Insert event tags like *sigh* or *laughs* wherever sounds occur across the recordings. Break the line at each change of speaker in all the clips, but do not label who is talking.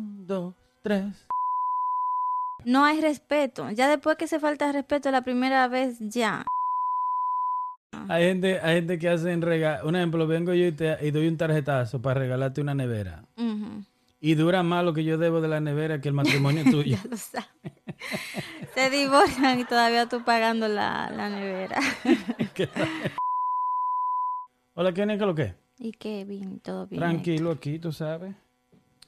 dos, tres.
No hay respeto. Ya después que se falta el respeto la primera vez, ya.
Hay gente, hay gente que hacen regalos. Un ejemplo, vengo yo y, te, y doy un tarjetazo para regalarte una nevera.
Ujú.
Y dura más lo que yo debo de la nevera que el
*laughs*
matrimonio tuyo.
Ya lo sabes. Se divorcian y todavía tú pagando la, la nevera.
Hola, ¿qué es lo que?
Y Kevin, todo bien.
Tranquilo aquí, tú sabes.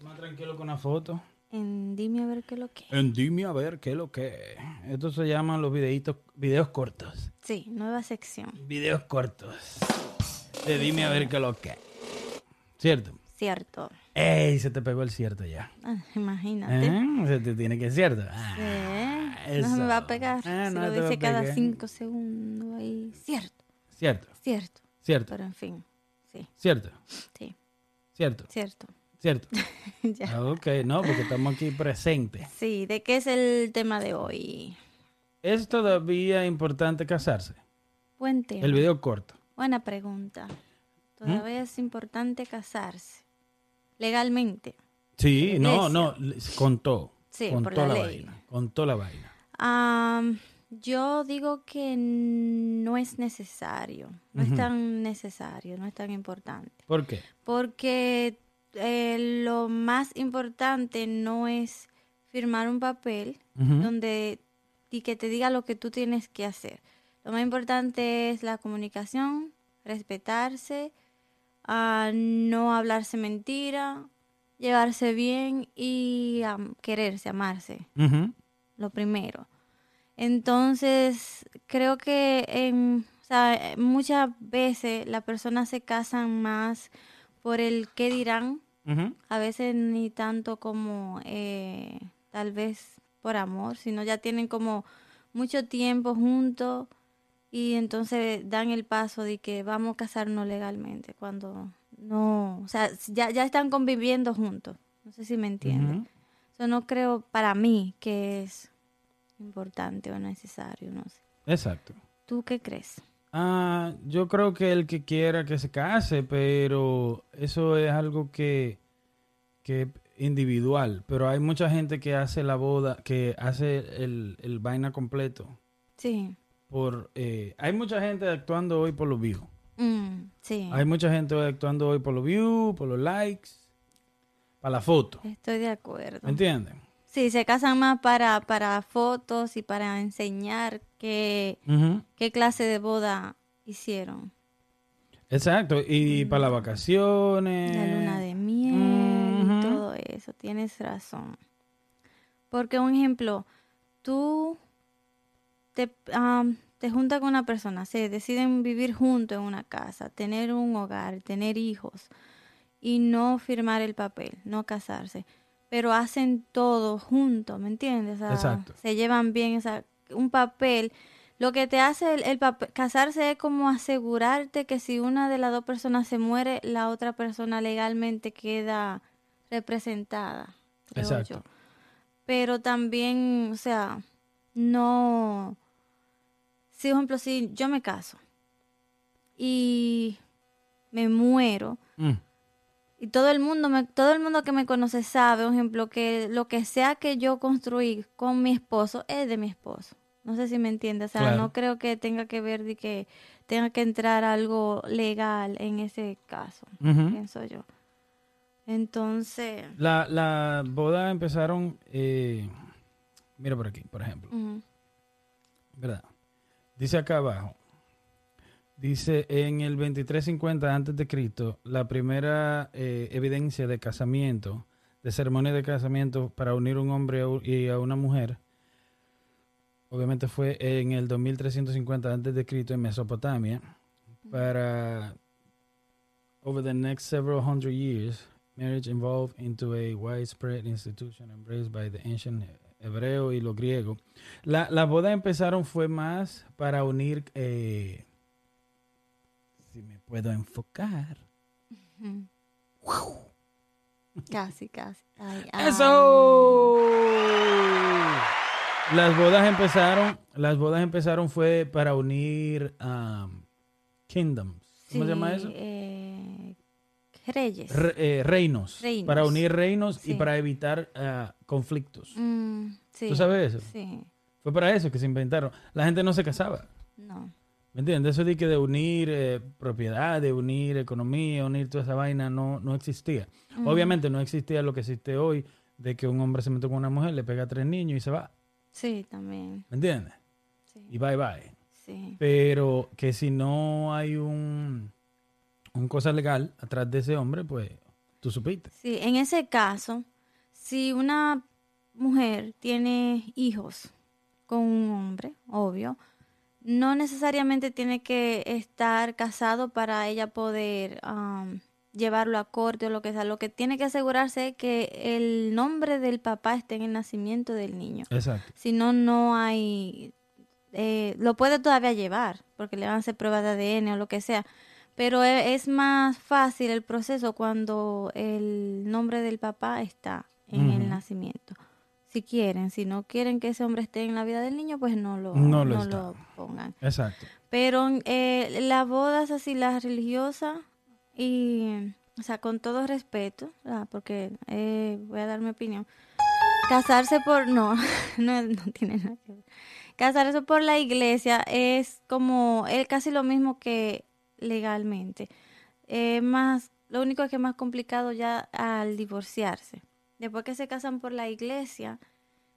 Más tranquilo con una foto.
En- dime a ver qué es lo que. es.
En dime a ver qué es lo que. Esto se llaman los videitos, videos cortos.
Sí, nueva sección.
Videos cortos. De dime a ver qué es lo que. ¿Cierto?
Cierto.
¡Ey! Se te pegó el cierto ya.
Ah, Imagínate.
¿Eh? Se te tiene que cierto. Ah,
Sí, no
eso.
se me va a pegar.
Ah,
se
no
lo
te va a
dice cada
pegar.
cinco segundos ahí. Cierto,
Cierto,
cierto.
cierto,
Pero en fin, sí,
cierto,
sí,
cierto,
cierto. *laughs*
cierto.
ya.
Ah, Ok, no, porque estamos aquí presentes.
Sí, ¿de qué es el tema de hoy?
¿Es todavía importante casarse?
Buen tema.
El video corto.
Buena pregunta. Todavía es importante casarse. Legalmente.
Sí,
La
no, no, les- contó.
Sí, por
contó
la
la,
ley.
vaina. Contó la vaina.
Am, yo digo que no es necesario. No es
Ujú.
tan necesario, no es tan importante.
¿Por qué?
porque eh, lo más importante no es firmar un papel
Ujú.
donde y que te diga lo que tú tienes que hacer. Lo más importante es la comunicación, respetarse, ah, no hablarse mentira, llevarse bien y am, quererse, amarse
Ujú.
lo primero. Entonces, creo que em, o sea, eh, muchas veces las personas se casan más por el qué dirán,
Ujú.
a veces ni tanto como eh, tal vez por amor, sino ya tienen como mucho tiempo juntos y entonces dan el paso de que vamos a casarnos legalmente cuando no, o sea, ya, ya están conviviendo juntos. No sé si me entienden.
Ujú.
Yo no creo para mí que es importante o necesario, no sé.
Exacto.
¿Tú qué crees?
Ah, yo creo que el que quiera que se case, pero eso es algo que, que es individual. Pero hay mucha gente que hace la boda, que hace el, el vaina completo.
Sí.
Por, eh, hay mucha gente actuando hoy por los views.
Mm, sí.
Hay mucha gente hoy actuando hoy por los views, por los likes, para la foto.
Estoy de acuerdo.
¿Me entienden?
Sí, se casan más para, para fotos y para enseñar qué,
Ujú.
qué clase de boda hicieron.
Exacto. Y para las vacaciones.
La luna de miel
ujú.
y todo eso. Tienes razón. Porque, un ejemplo, tú te, am, te juntas con una persona, se deciden vivir juntos en una casa, tener un hogar, tener hijos y no firmar el papel, no casarse. Pero hacen todo juntos, ¿me entiendes? O sea,
Exacto.
se llevan bien, o sea, un papel. Lo que te hace el, el papel, casarse es como asegurarte que si una de las dos personas se muere, la otra persona legalmente queda representada. creo yo
Exacto.
pero también, o sea, no. Si, por ejemplo, si yo me caso y me muero
Mm.
y todo el mundo me, todo el mundo que me conoce sabe, por ejemplo, que lo que sea que yo construí con mi esposo es de mi esposo. No sé si me entiendes, o sea,
Claro.
no creo que tenga que ver de que tenga que entrar algo legal en ese caso,
Ujú.
pienso yo. Entonces,
La, la boda empezaron, eh, mira por aquí, por ejemplo,
ujú,
¿verdad? Dice acá abajo, dice en el 2350 antes de Cristo, la primera eh, evidencia de casamiento, de ceremonia de casamiento para unir un hombre a u- y a una mujer, obviamente fue en el 2350 antes de Cristo en Mesopotamia, para over the next several hundred years, marriage evolved into a widespread institution embraced by the ancient hebreo y lo griego. La, la boda empezaron fue más para unir, eh, si me puedo enfocar.
ujú. Casi, casi. Ay, ay.
¡Eso! Las bodas empezaron, las bodas empezaron fue para unir um, kingdoms. ¿Cómo se llama
Sí,
eso?
eh, Reyes.
re- eh, reinos,
Reinos.
Para unir reinos y
Sí.
para evitar ah, conflictos.
Mm, sí.
¿Tú sabes eso?
Sí.
Fue para eso que se inventaron. La gente no se casaba.
No.
¿Me entiendes? Eso de que de unir eh, propiedad, de unir economía, unir toda esa vaina, no, no existía.
Mm,
Obviamente no existía lo que existe hoy, de que un hombre se mete con una mujer, le pega a tres niños y se va.
Sí, también.
¿Me entiendes? Y
Sí.
bye bye.
sí.
Pero que si no hay un, un cosa legal atrás de ese hombre, pues tú supiste.
Sí, en ese caso, si una mujer tiene hijos con un hombre, obvio, no necesariamente tiene que estar casado para ella poder am, llevarlo a corte o lo que sea. Lo que tiene que asegurarse es que el nombre del papá esté en el nacimiento del niño.
Exacto.
Si no, no hay... eh, lo puede todavía llevar, porque le van a hacer pruebas de ADN o lo que sea. Pero e- es más fácil el proceso cuando el nombre del papá está en el
Ujú.
nacimiento. Si quieren, si no quieren que ese hombre esté en la vida del niño, pues no lo,
No lo
no
está.
lo pongan.
Exacto.
Pero eh, las bodas así, las religiosas, y, o sea, con todo respeto, ah, porque eh, voy a dar mi opinión, casarse por, no, *laughs* no, no tiene nada que ver. Casarse por la iglesia es como, es casi lo mismo que legalmente. Eh, más, lo único es que es más complicado ya al divorciarse. Después que se casan por la iglesia,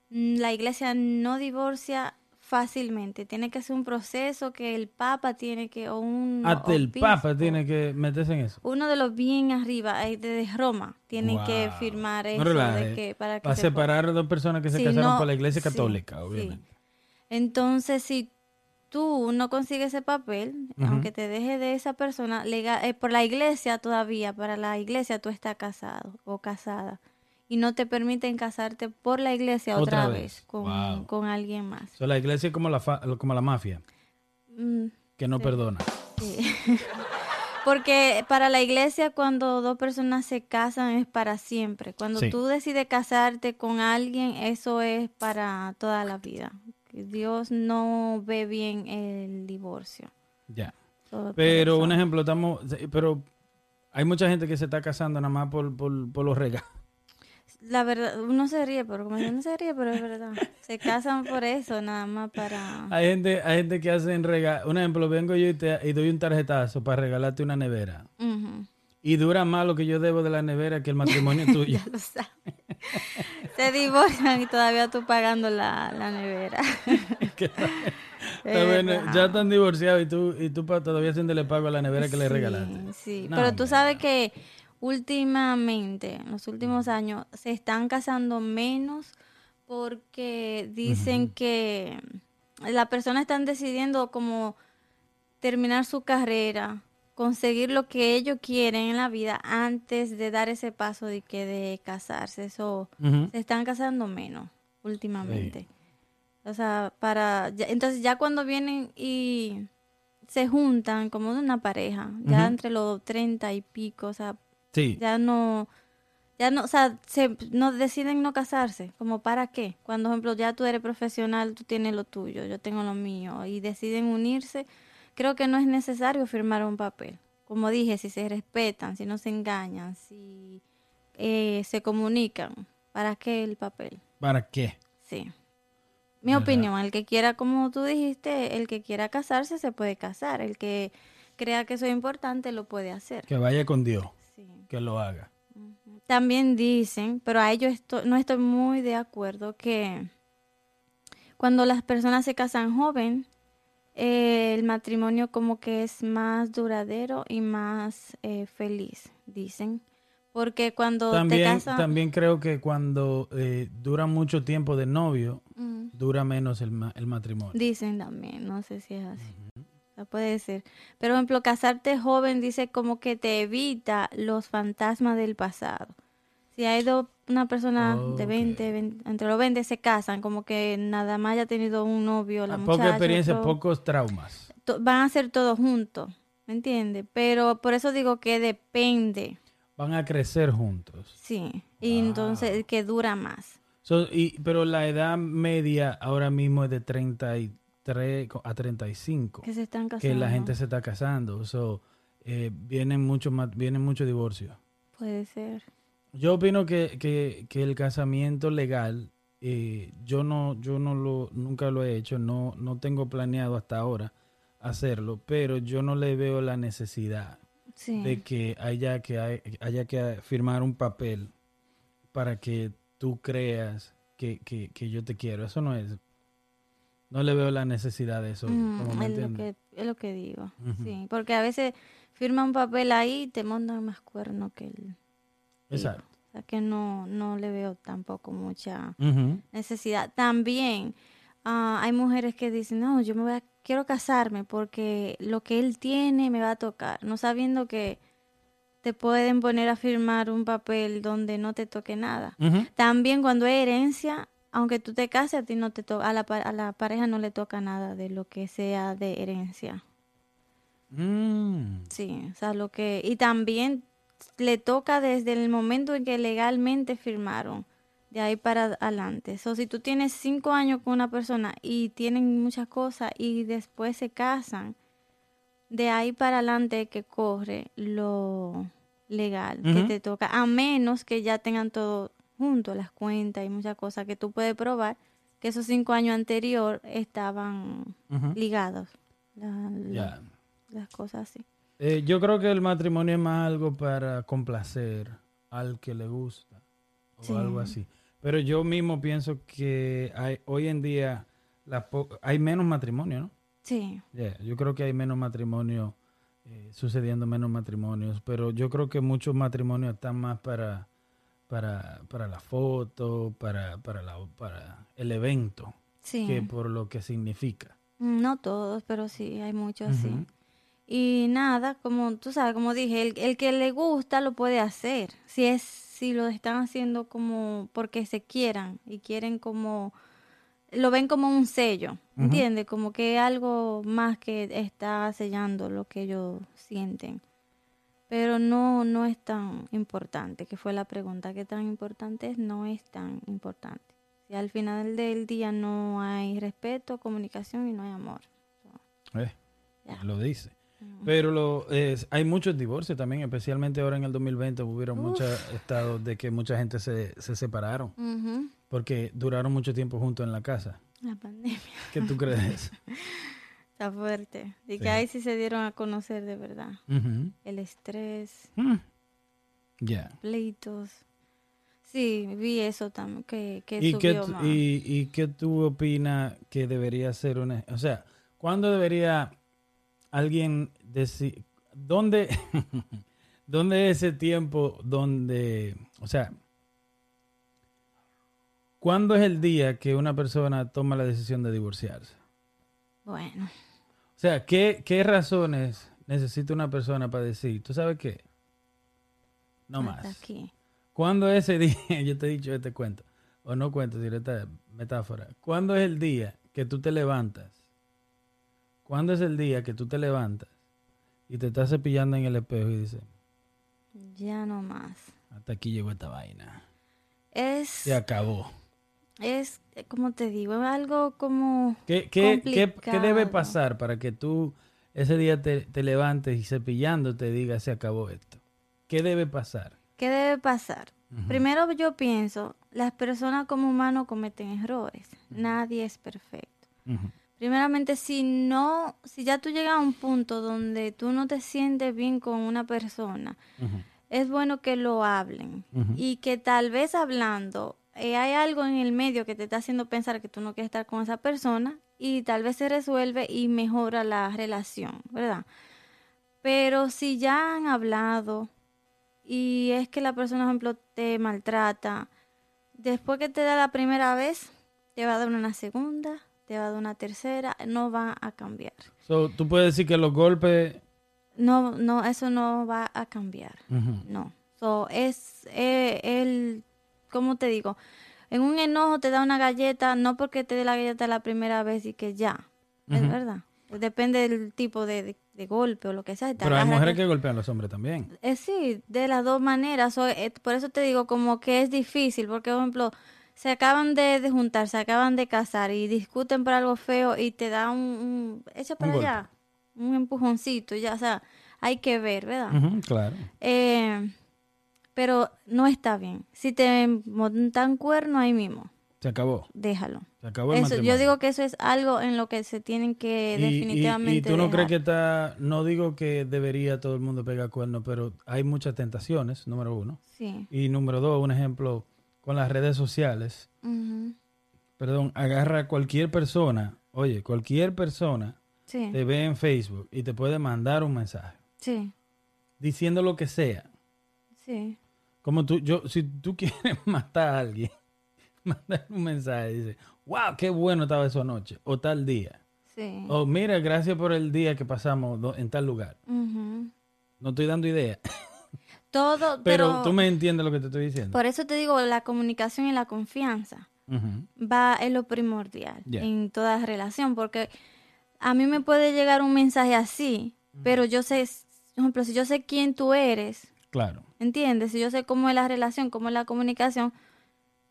mm, la iglesia no divorcia fácilmente. Tiene que ser un proceso que el papa tiene que, o un...
Hasta el
obispo,
Papa tiene que meterse en eso.
uno de los bien arriba, eh, desde Roma, tienen que
Wow.
firmar
No
eso
relaje.
de que, para que
Para
se
separar dos personas que se
Sí,
casaron
no,
por la iglesia
sí,
católica,
sí.
obviamente.
Entonces, si tú no consigues ese papel,
Ujú.
aunque te deje de esa persona, lega- eh, por la iglesia todavía, para la iglesia tú estás casado o casada. Y no te permiten casarte por la iglesia
Otra
otra,
vez.
vez, con,
Wow.
con alguien más.
O sea, la iglesia es como la, fa- como la mafia,
Mm,
que no
Sí.
perdona.
sí. *laughs* Porque para la iglesia cuando dos personas se casan es para siempre. Cuando
Sí.
tú decides casarte con alguien, eso es para toda la vida. Dios no ve bien el divorcio.
Ya.
Solo por
Pero
eso.
un ejemplo, estamos. Pero hay mucha gente que se está casando nada más por, por, por los regalos.
La verdad, uno se ríe, pero como yo no se ríe, pero es verdad. Se casan por eso, nada más para...
Hay gente, hay gente que hacen regalos. Un ejemplo, vengo yo y, te, y doy un tarjetazo para regalarte una nevera.
Ujú.
Y dura más lo que yo debo de la nevera que el
*laughs*
matrimonio tuyo.
Lo sabes. Se divorcian y todavía tú pagando la, la nevera.
Que está- *laughs* está
Es
bueno,
verdad.
ya están divorciados y tú, y tú pa- todavía haciéndole pago a la nevera que le
Sí,
regalaste.
sí.
No,
pero tú
hombre,
sabes que últimamente, en los últimos años, se están casando menos porque dicen que las personas están decidiendo como terminar su carrera, conseguir lo que ellos quieren en la vida antes de dar ese paso de que de casarse. Eso
Ujú.
se están casando menos últimamente. O sea, para ya- entonces ya cuando vienen y se juntan como de una pareja, ya
Ujú.
entre los 30 y pico, o sea,
Sí.
ya no ya no, o sea, se no deciden no casarse, como para qué? Cuando, por ejemplo, ya tú eres profesional, tú tienes lo tuyo, yo tengo lo mío y deciden unirse, creo que no es necesario firmar un papel. Como dije, si se respetan, si no se engañan, si eh, se comunican, ¿para qué el papel?
¿Para qué?
Sí. Mi
¿Verdad?
opinión, el que quiera, como tú dijiste, el que quiera casarse se puede casar, el que crea que eso es importante lo puede hacer.
Que vaya con Dios,
Sí.
que lo haga.
También dicen, pero a ello esto- no estoy muy de acuerdo, que cuando las personas se casan joven, eh, el matrimonio como que es más duradero y más eh, feliz, dicen. Porque cuando te
También,
casas...
también creo que cuando eh, dura mucho tiempo de novio,
Mm.
dura menos el, ma- el matrimonio.
Dicen también, no sé si es así. O sea, puede ser. Pero, por ejemplo, casarte joven dice como que te evita los fantasmas del pasado. Si hay dos, una persona de 20,
Ok.
20, entre los 20 se casan, como que nada más haya tenido un novio, la
Ah,
muchacha,
Poca experiencia,
otro,
pocos traumas.
to- van a ser todos juntos, ¿me entiendes? Pero por eso digo que depende,
Van a crecer juntos.
sí. Y
Ah.
entonces que dura más.
So, y, pero la edad media ahora mismo es de 33 co- a 35,
Que se están casando.
que la gente se está casando. So, eh, vienen muchos vienen muchos divorcios.
Puede ser.
Yo opino que, que, que el casamiento legal, eh, yo no, yo no lo, nunca lo he hecho, no, no tengo planeado hasta ahora hacerlo, pero yo no le veo la necesidad
Sí.
de que haya que hay- haya que firmar un papel para que tú creas que, que, que yo te quiero. Eso no es. No le veo la necesidad de eso.
Mm,
como me
es, lo
entiendes.
que, es lo que digo.
Ujú.
Sí, porque a veces firma un papel ahí y te mandan más cuerno que el.
Exacto.
O sea que no, no le veo tampoco mucha
Ujú.
necesidad. También ah, hay mujeres que dicen, no, yo me voy a, quiero casarme porque lo que él tiene me va a tocar, no sabiendo que te pueden poner a firmar un papel donde no te toque nada.
Ujú.
También cuando es herencia, aunque tú te cases, a ti no te to- a la, pa- a la pareja no le toca nada de lo que sea de herencia.
Mm.
Sí, o sea, lo que... Y también le toca desde el momento en que legalmente firmaron, de ahí para adelante. O si tú tienes cinco años con una persona y tienen muchas cosas y después se casan, de ahí para adelante que corre lo legal que
Ujú.
te toca, a menos que ya tengan todo junto, las cuentas y muchas cosas que tú puedes probar, que esos cinco años anterior estaban
Ujú.
ligados, la- la-
Ya.
las cosas así.
Eh, yo creo que el matrimonio es más algo para complacer al que le gusta o
Sí.
algo así. Pero yo mismo pienso que hay- hoy en día la po- hay menos matrimonio, ¿no?
Sí,
Yeah, yo creo que hay menos matrimonios, eh, sucediendo menos matrimonios, pero yo creo que muchos matrimonios están más para, para, para la foto, para, para, la- para el evento,
sí.
que por lo que significa.
Mm, No todos, pero sí, hay muchos así.
Ujú.
Y nada, como tú sabes, como dije, el, el que le gusta lo puede hacer. Si es, si lo están haciendo como porque se quieran y quieren como, lo ven como un sello,
Ujú.
¿entiendes? Como que algo más que está sellando lo que ellos sienten. Pero no, no es tan importante, que fue la pregunta, ¿qué tan importante es? No es tan importante. Si al final del día no hay respeto, comunicación y no hay amor.
Eh,
Ya.
Lo dice. Pero lo, es- hay muchos divorcios también, especialmente ahora en el 2020 hubieron
Uf.
muchos estados de que mucha gente se, se separaron
Ujú.
porque duraron mucho tiempo juntos en la casa.
La pandemia *laughs*
¿Qué tú crees? de eso?
está fuerte. Y
Sí.
que ahí sí se dieron a conocer de verdad.
Ujú.
El estrés,
Mm. Ya.
pleitos. Sí, vi eso también, que, que
¿Y qué,
subió
tú-
más.
y, y qué tú opinas que debería ser una... O sea, ¿cuándo debería alguien decir... ¿Dónde, *laughs* ¿Dónde es ese tiempo donde... O sea, ¿cuándo es el día que una persona toma la decisión de divorciarse?
Bueno,
O sea, ¿qué, qué razones necesita una persona para decir, tú sabes qué? No
hasta
más.
aquí.
¿Cuándo es ese día? *laughs* Yo te he dicho este cuento, o no cuento, sino esta metáfora. ¿Cuándo es el día que tú te levantas? ¿Cuándo es el día que tú te levantas y te estás cepillando en el espejo y dices,
Ya no más.
hasta aquí llegó esta vaina?
Es,
Se acabó.
es, eh, como te digo, algo como
¿Qué, qué- qué- qué debe
Complicado.
pasar para que tú ese día te, te levantes y cepillando te digas, se acabó esto? ¿Qué debe pasar?
¿Qué debe pasar?
Ujú.
Primero yo pienso, las personas como humanos cometen errores. Nadie es perfecto.
Ujú.
Primeramente, si no, si ya tú llegas a un punto donde tú no te sientes bien con una persona,
Ujú.
es bueno que lo hablen
Ujú.
y que tal vez hablando eh, hay algo en el medio que te está haciendo pensar que tú no quieres estar con esa persona y tal vez se resuelve y mejora la relación, ¿verdad? Pero si ya han hablado y es que la persona, por ejemplo, te maltrata, después que te da la primera vez, te va a dar una segunda, te va a dar una tercera, no va a cambiar.
So, tú puedes decir que los golpes...
No, no, eso no va a cambiar.
Ujú.
No. So, es eh, el, ¿cómo te digo? En un enojo te da una galleta, no porque te dé la galleta la primera vez y que ya. Es
Ujú.
verdad. Depende del tipo de, de- de golpe o lo que sea. te
Pero hay
agarra
mujeres
con-
que golpean a los hombres también.
Eh, sí, de las dos maneras. So, eh, por eso te digo como que es difícil, porque por ejemplo, se acaban de, de juntar, se acaban de casar y discuten por algo feo y te da un, un- echa para
golpe.
allá, un empujoncito, y ya, o sea, hay que ver, ¿verdad?
Ujú, claro.
Eh, pero no está bien. Si te montan cuerno ahí mismo,
Se acabó.
déjalo.
Se acabó el
Eso, yo
matrimonio.
digo que eso es algo en lo que se tienen que
Y- y-
definitivamente.
Y, tú no crees que
dejar.
está. No digo que debería todo el mundo pegar cuernos, pero hay muchas tentaciones, número uno.
Sí.
Y número dos, un ejemplo con las redes sociales.
Ujú.
Perdón, agarra a cualquier persona. Oye, cualquier persona
Sí.
te ve en Facebook y te puede mandar un mensaje
Sí.
diciendo lo que sea.
Sí.
Como tú, yo, si tú *laughs* quieres matar a alguien, *laughs* mandar un mensaje y dice, wow, qué bueno estaba eso anoche, o tal día.
Sí.
O Oh, mira, gracias por el día que pasamos do- en tal lugar.
Ujú.
No estoy dando
*laughs*
idea,
Todo,
pero,
pero,
tú me entiendes lo que te estoy diciendo.
por eso te digo, la comunicación y la confianza
Ujú.
va es lo primordial
Ya.
en toda relación, porque a mí me puede llegar un mensaje así, pero yo sé, por ejemplo, si yo sé quién tú eres,
Claro,
¿entiendes? Si yo sé cómo es la relación, cómo es la comunicación,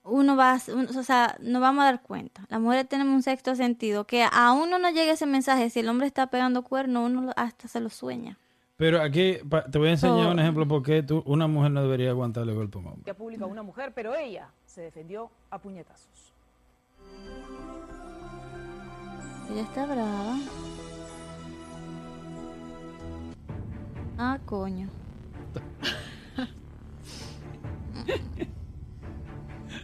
uno va, a s- uno- o sea, nos vamos a dar cuenta. Las mujeres tenemos un sexto sentido, que a uno no llega ese mensaje, si el hombre está pegando cuerno, uno lo- hasta se lo sueña.
pero aquí pa- te voy a enseñar
Oh.
un ejemplo por qué tú, una mujer no debería aguantarle golpe a un hombre.
que publica una mujer, pero ella se defendió a puñetazos.
Ella está brava. Ah, coño.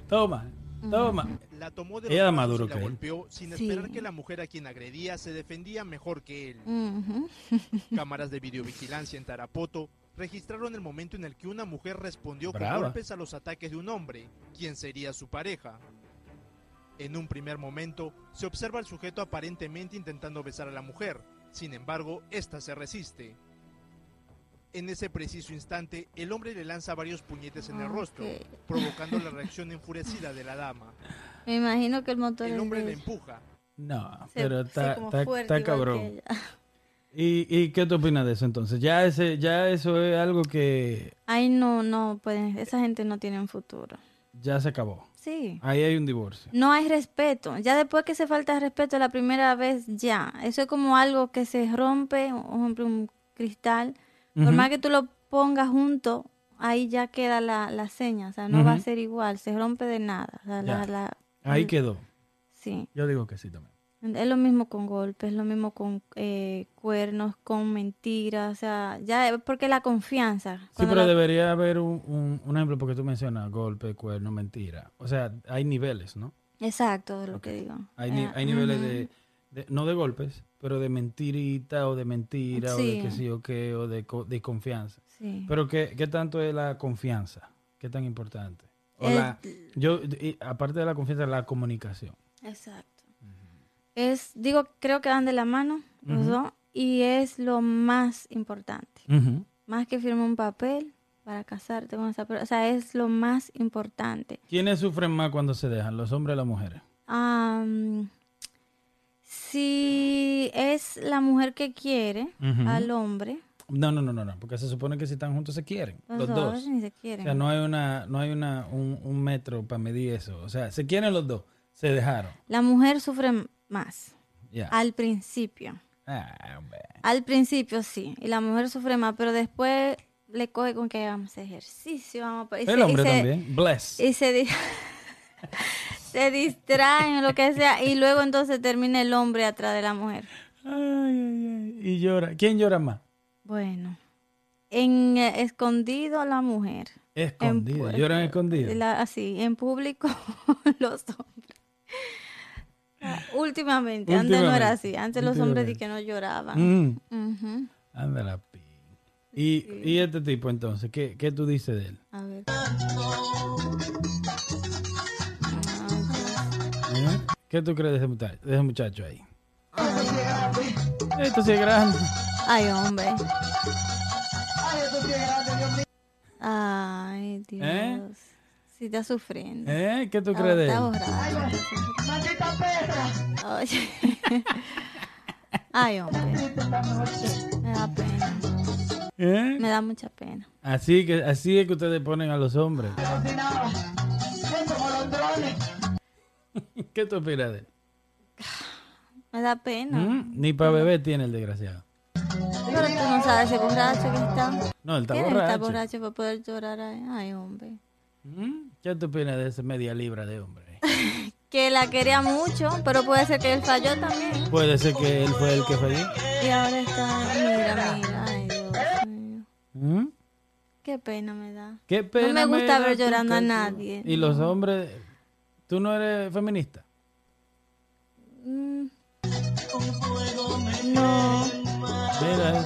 Toma, toma.
La tomó de
Ella
los
era
brazos
maduro
y la
que él.
golpeó sin
Sí.
esperar que la mujer a quien agredía se defendía mejor
*laughs*
que él.
Ujú.
Cámaras de videovigilancia en Tarapoto registraron el momento en el que una mujer respondió
Brava.
con golpes a los ataques de un hombre, quien sería su pareja. En un primer momento, se observa al sujeto aparentemente intentando besar a la mujer, sin embargo, ésta se resiste. En ese preciso instante, el hombre le lanza varios puñetes en el rostro,
Ah, Ok.
provocando la reacción enfurecida de la dama.
Me imagino que el motor
El
es
hombre
de
le
ella.
empuja,
No,
Se-
pero
sí,
está,
como
está-
fuerte,
está
igual que
cabrón.
ella.
¿Y, y qué te opinas de eso entonces? Ya ese, ya eso es algo que
Ay, no, no, pueden. Esa gente no tiene un futuro.
ya se acabó.
Sí.
Ahí hay un divorcio.
No hay respeto. Ya después que se falta el respeto la primera vez, ya. Eso es como algo que se rompe, un- por ejemplo, un cristal. Por
Ujú.
más que tú lo pongas junto, ahí ya queda la, la seña. O sea, no va a
Ujú.
ser igual. Se rompe de nada. O sea, la-
Ya.
la-
Ahí
el-
quedó.
Sí.
Yo digo que sí también.
Es lo mismo con golpes, es lo mismo con eh, cuernos, con mentiras, o sea, ya es porque la confianza.
Sí,
cuando
pero
la-
debería haber un, un- un ejemplo porque tú mencionas golpe, cuerno, mentira. O sea, hay niveles, ¿no?
Exacto, es lo que digo.
Hay, ni-
Eh,
hay niveles
ujú.
de, de- no de golpes, pero de mentirita o de mentira o de
Sí.
que sí o qué o de, co- de confianza.
Sí.
Pero ¿qué, qué tanto es la confianza? ¿Qué tan importante? O
Es-
la- yo, y aparte de la confianza, la comunicación.
Exacto. Es, digo, creo que van de la mano los
Ujú.
dos y es lo más importante.
Ujú.
Más que firmar un papel para casarte con esa persona, o sea, es lo más importante.
¿Quiénes sufren más cuando se dejan, los hombres o las mujeres?
Am, si es la mujer que quiere
Ujú.
al hombre,
No, no, no, no, no, porque se supone que si están juntos se quieren, los
los dos a
dos.
veces ni se
O
quieren.
sea, no hay una, no hay una, un, un metro para medir eso. O sea, se quieren los dos, se dejaron.
La mujer sufre m- más
Ya.
al principio.
Ah, hombre.
Al principio sí, y la mujer sufre más, pero después le coge con que vamos a hacer ejercicio, vamos a... pa- y se-
El
y
hombre
se-
también. Bless.
Y se, di- *laughs* se distraen o lo que sea, y luego entonces termina el hombre atrás de la mujer.
Ay, ay, ay. Y llora. ¿Quién llora más?
Bueno, en eh, escondido la mujer. En
Escondido.
pu-
Lloran escondido.
la- así, en público *laughs* los hombres. Ah, Últimamente, antes no era
Últimamente,
así, antes los hombres di
últimamente.
que no lloraban.
Mm,
Ujú.
anda la pi. Y, y este tipo entonces, ¿qué, ¿qué tú dices de él?
A ver. Ah,
¿Eh? ¿Qué tú crees de ese muchacho, de ese muchacho ahí? Esto sí es grande.
Ay, hombre. Ay, Dios.
¿Eh?
Sí, está sufriendo.
¿Eh? ¿Qué tú
Está-
crees de
está
él?
borracho. Oye. Ay, hombre. Me da pena.
¿Eh?
Me da mucha pena.
Así que así es que ustedes ponen a los hombres. *laughs* ¿Qué tú opinas de él?
Me da pena.
Mm, Ni para beber tiene el desgraciado.
Pero tú no sabe el borracho que está.
No, él está
¿Quién está
borracho.
borracho para poder llorar? Ay, ay, hombre.
¿Mm? ¿Qué te opinas de ese media libra de hombre?
Que la quería mucho, pero puede ser que él falló también.
Puede ser que él fue el que falló.
Y ahora está. Mira, mira. Ay, Dios mío.
¿Mm?
Qué pena me da.
Qué pena.
me gusta
da
ver
tu
llorando a
caso.
nadie.
Y los hombres, tú no eres feminista.
Mm. No.
Mira,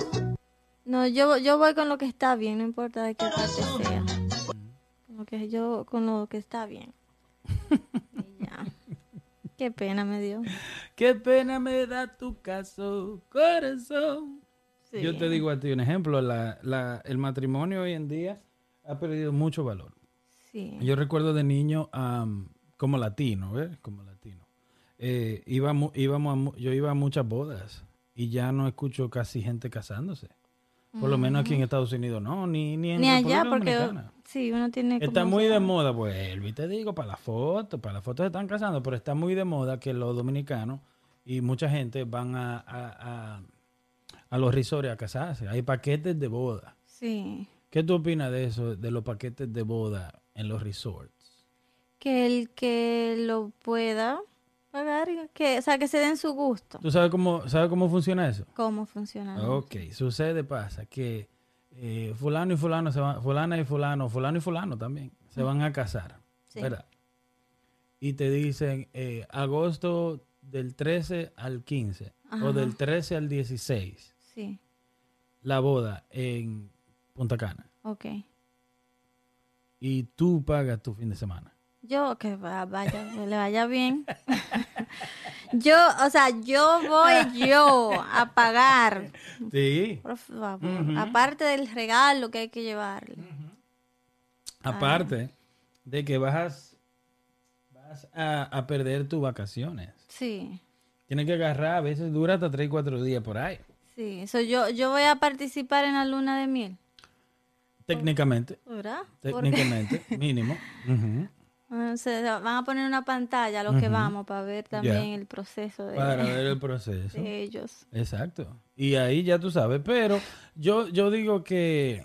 No, yo, yo voy con lo que está bien, no importa de qué parte sea. Con lo que yo, con lo que está bien. Y ya. Qué pena me dio.
qué pena me da tu caso, corazón.
Sí.
Yo te digo a ti un ejemplo, la- la- el matrimonio hoy en día ha perdido mucho valor.
Sí.
Yo recuerdo de niño am, como latino, ¿ves? Como latino. Eh, iba mu- íbamos a mu- yo iba a muchas bodas y ya no escucho casi gente casándose. Por lo menos aquí en Estados Unidos no, ni, ni en
Mm. Ni allá,
República
porque
Dominicana.
sí, uno tiene como
Está muy
esa-
de moda, vuelvo y te digo, para la foto, para la foto se están casando, pero está muy de moda que los dominicanos y mucha gente van a, a- a- a los resorts a casarse. Hay paquetes de boda.
Sí.
¿Qué tú opinas de eso, de los paquetes de boda en los resorts?
Que el que lo pueda pagar, que, o sea, que se den su gusto.
¿Tú sabes cómo, sabes cómo funciona eso?
¿Cómo funciona?
Ok, sucede, pasa que eh, fulano y fulano se van, fulana y fulano, fulano y fulano también, se van a casar,
Sí.
¿verdad? Y te dicen eh, agosto del 13 al 15
Ajá.
o del 13 al 16,
Sí,
la boda en Punta Cana.
ok.
Y tú pagas tu fin de semana.
Yo, que va- vaya, que le vaya bien. *laughs* Yo, o sea, yo voy yo a pagar,
Sí.
por favor,
Ujú. Mm.
aparte del regalo que hay que llevarle.
Aparte de que vas, vas a, a perder tus vacaciones.
Sí,
Tienes que agarrar, a veces dura hasta 3, 4 días por ahí.
sí. So, yo, yo voy a participar en la luna de miel,
Técnicamente.
¿verdad? Porque
Técnicamente, mínimo. Ujú.
*laughs* ah, se van a poner una pantalla a los que vamos para ver también el proceso de,
Para ver el proceso.
de ellos.
Exacto. Y ahí ya tú sabes. Pero yo, yo digo que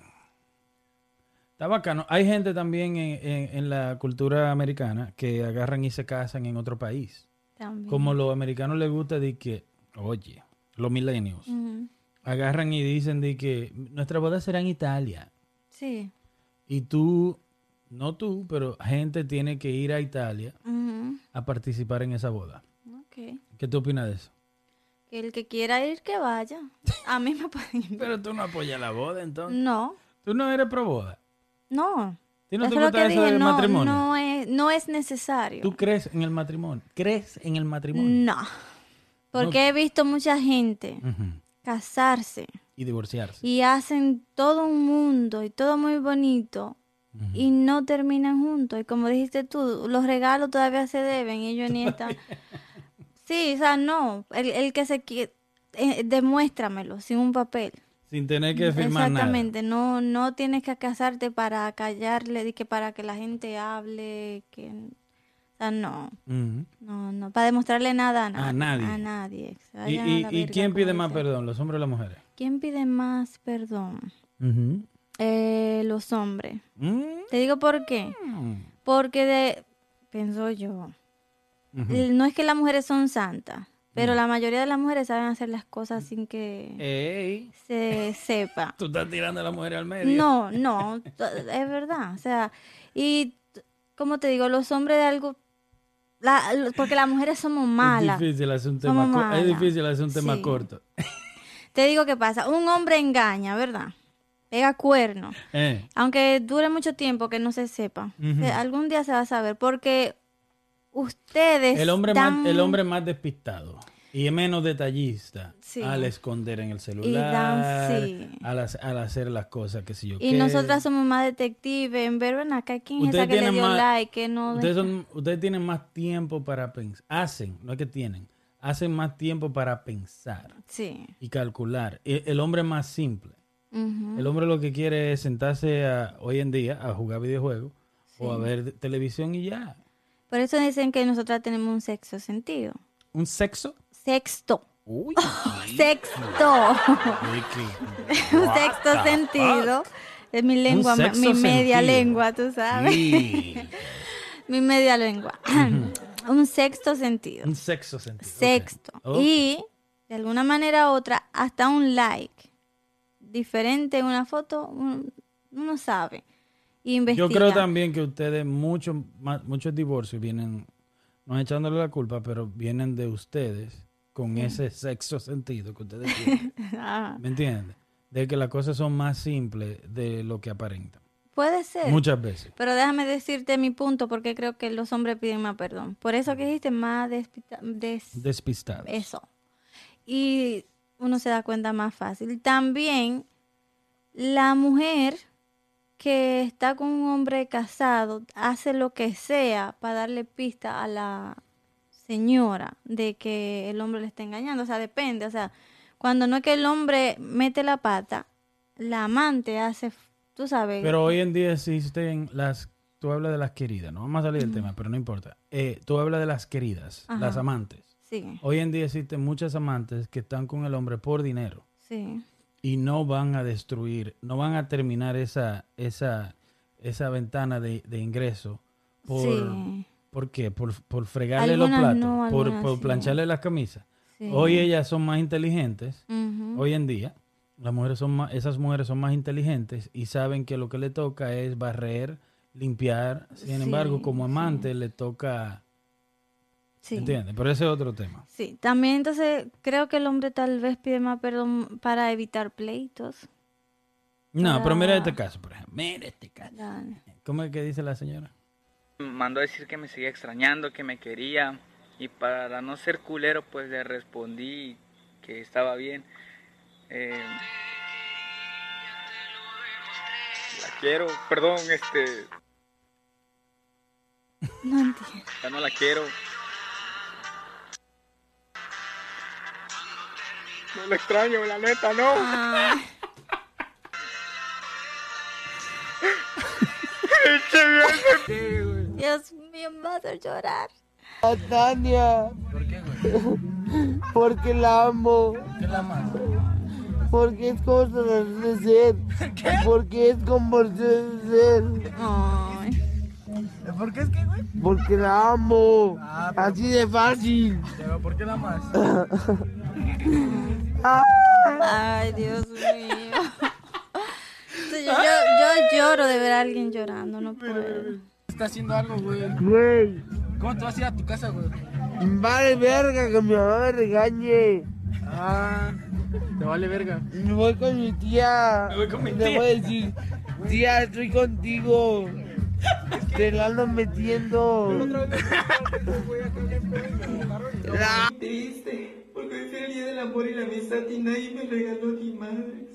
está bacano. Hay gente también en, en- en la cultura americana que agarran y se casan en otro país.
También.
Como los americanos les gusta de que, oye, los millennials,
Ujú.
agarran y dicen de que nuestra boda será en Italia.
Sí.
Y tú, no tú, pero gente tiene que ir a Italia
Ujú.
a participar en esa boda.
Ok.
¿Qué tú opinas de eso?
Que el que quiera ir, que vaya. A mí me pueden
*laughs*
invitar.
Pero tú no apoyas la boda, entonces.
No,
Tú no eres pro boda.
no.
¿Tú no te
Eso es lo
gusta
que
eso
dije,
del
no,
matrimonio?
No es, no es necesario.
¿Tú crees en el matrimonio? ¿Crees en el matrimonio? Ah.
No. Porque he visto mucha gente
Ujú.
casarse
Y divorciarse.
Mm. y hacen todo un mundo y todo muy bonito
Ujú.
y no terminan juntos. Y como dijiste tú, los regalos todavía se deben y ellos ni están. Sí, o sea, no. El, el que se quiere, demuéstramelo sin un papel.
Sin tener que firmar nada.
Exactamente, no no tienes que casarte para callarle, de que para que la gente hable, que o sea, no,
Ujú.
no, no, para demostrarle nada a
A nadie.
nadie. A nadie. que
¿Y,
se vayan a
y-
la
y
verga,
quién
como
pide más
dicen.
perdón, los hombres o las mujeres?
¿Quién pide más perdón?
Ujú.
Eh, los hombres.
Mm.
Te digo por qué. Porque de pienso yo,
Ujú.
eh, no es que las mujeres son santas, pero la mayoría de las mujeres saben hacer las cosas sin
Eh.
que
Ey,
se sepa.
tú estás tirando a la mujer al medio.
No, no, t- es verdad. O sea, y t- como te digo, los hombres de algo. la- lo- porque las mujeres somos
Es
malas.
difícil hacer un
Somos
tema, co- es
malas.
difícil hacer un tema
Sí.
corto.
Te digo qué pasa. Un hombre engaña, ¿verdad? Pega cuerno.
Eh,
Aunque dure mucho tiempo que no se sepa. O sea, algún día se va a saber. Porque ustedes.
El hombre, más,
dan-
el hombre más despistado y es menos detallista
Sí.
al esconder en el celular,
dan- sí.
al, hac- al hacer las cosas que si yo qué.
Y nosotras somos más detectives. En ver, ven acá, ¿quién es esa
Ustedes
que le
tienen
dio
más-
like? Que no.
ustedes, son- ustedes tienen más tiempo para pensar. Hacen, no es que tienen, hacen más tiempo para pensar
Sí.
y calcular. E- El, hombre es más simple.
Ujú.
El hombre lo que quiere es sentarse a- hoy en día a jugar videojuegos o a ver televisión y ya.
Por eso dicen que nosotras tenemos un sexo sentido.
¿Un sexo?
Sexto.
Uy,
*laughs* Sexto.
Ricky.
*laughs* un
What
sexto
the
sentido. Es mi lengua, mi
sexto
media
sentido.
lengua, tú sabes.
Sí.
*laughs* Mi media lengua. un sexto sentido.
Un sexto sentido. ok.
Sexto.
Ok.
Y de alguna manera u otra, hasta un like. Diferente en una foto, un- uno sabe. Y investiga.
Yo creo también que ustedes, muchos ma- muchos divorcios vienen, no es echándole la culpa, pero vienen de ustedes con ese sexto sentido que ustedes
*laughs*
tienen.
*laughs* Ah,
¿Me entiendes? De que las cosas son más simples de lo que aparentan.
puede ser.
Muchas veces.
Pero déjame decirte mi punto, porque creo que los hombres piden más perdón. Por eso que dijiste más despita- des-
Despistados.
Eso. Y uno se da cuenta más fácil. También la mujer que está con un hombre casado hace lo que sea para darle pista a la señora de que el hombre le está engañando. O sea, depende. O sea, cuando no es que el hombre mete la pata, la amante hace, tú sabes.
Pero hoy en día existen las... Tú hablas de las queridas, no vamos a salir del tema, pero no importa. Eh, tú hablas de las queridas,
Ajá.
las amantes.
Sí,
Hoy en día existen muchas amantes que están con el hombre por dinero.
sí.
y no van a destruir, no van a terminar esa, esa, esa ventana de, de ingreso. Por,
Sí,
¿Por qué? Por, por fregarle los
Algunas
platos,
no,
por,
algunas
por
sí.
plancharle las camisas.
sí.
Hoy ellas son más inteligentes,
Ujú.
hoy en día, las mujeres son más, esas mujeres son más inteligentes y saben que lo que le toca es barrer, limpiar. Sin
Sí,
embargo, como
sí.
amante le toca,
Sí.
¿entiendes? Pero ese es otro tema.
Sí, también entonces creo que el hombre tal vez pide más perdón para evitar pleitos.
No, pero mira
Ah.
este caso, por ejemplo. Mira este caso.
Dale.
¿Cómo es que dice la señora?
mandó a decir que me seguía extrañando, que me quería. Y para no ser culero, pues le respondí que estaba bien. Eh, la quiero, perdón, este,
No
*laughs*
entiendo.
ya no la quiero. No la extraño, la neta, no.
Ah, Dios mío, me va a hacer llorar.
Tania. Porque la amo. Porque es como se debe ser.
*laughs*
Porque es como se debe ser.
Ay,
Porque la amo.
Ah,
Así de fácil.
ay, Dios mío. Entonces, Yo, yo- yo lloro de ver a alguien llorando, no puedo.
Está haciendo algo, güey.
Güey.
¿Cómo te vas a ir a tu casa, güey?
Vale verga que mi mamá me regañe.
Ah, te vale verga.
Me voy con mi tía.
voy con mi
Le
tía.
voy a decir, tía, estoy contigo. Te la
*laughs*
ando metiendo.
triste, porque hoy fue el día del amor y la amistad y nadie me regaló ni madres.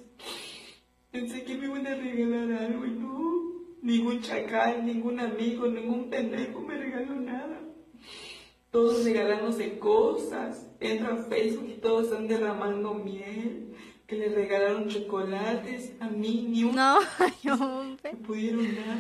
Pensé que me iban a regalar algo y no. Ningún chacal, ningún amigo, ningún pendejo me regaló nada. Todos regalándose cosas. Entro a Facebook y todos están derramando miel. Que le regalaron chocolates. A mí ni un
No, *laughs* ay, hombre.
no pudieron dar.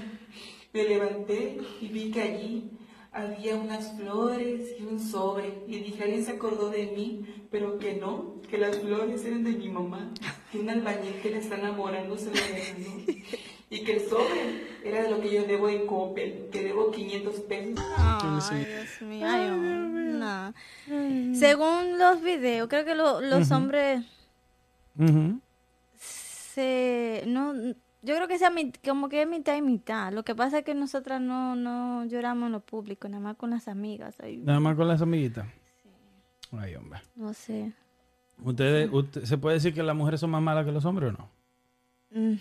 Me levanté y vi que allí había unas flores y un sobre. Y dije, alguien se acordó de mí, pero que no, que las flores eran de mi mamá. Y un albañil que le está enamorando se lo regaló. Y que el sobre era de lo que yo debo en Coppel, que debo 500 pesos.
Ah. Ay, Dios mío, ay, hombre. No. Según los videos, creo que lo- los hombres
Ujú.
se no yo creo que sea mi- como que es mitad y mitad lo que pasa es que nosotras no no lloramos en lo público nada más con las amigas ay,
Nada más con las amiguitas. Ay, hombre.
no sé
¿Ustedes, usted- ¿Se puede decir que las mujeres son más malas que los hombres o no?
Mm.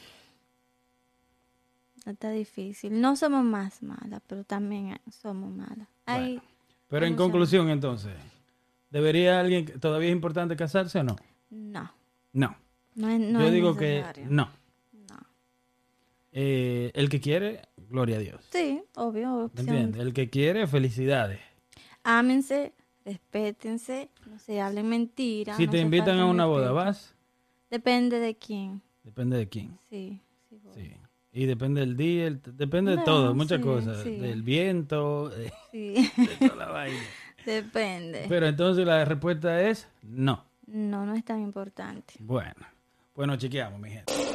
está difícil no somos más malas pero también eh, somos malas ay
Pero en
Vamos a ver.
conclusión, entonces, ¿debería alguien, todavía es importante casarse o no?
no
No.
no es, no
Yo
es
digo que
necesario.
no.
No.
Eh, el que quiere, gloria a Dios.
sí obvio
¿Me
opción.
entiendes? El que quiere, felicidades.
ámense respétense no se hablen mentiras
si
no
te
se
invitan a
falten
una boda,
respeto.
¿vas?
depende de quién
Depende de quién.
sí, sí, voy.
Sí. Y depende del día, el- depende de
No,
todo, muchas
sí,
cosas.
sí.
Del viento, de,
sí. *laughs*
de toda la vaina.
depende
Pero entonces la respuesta es no.
No, no es tan importante.
Bueno, bueno, chequeamos, mi gente.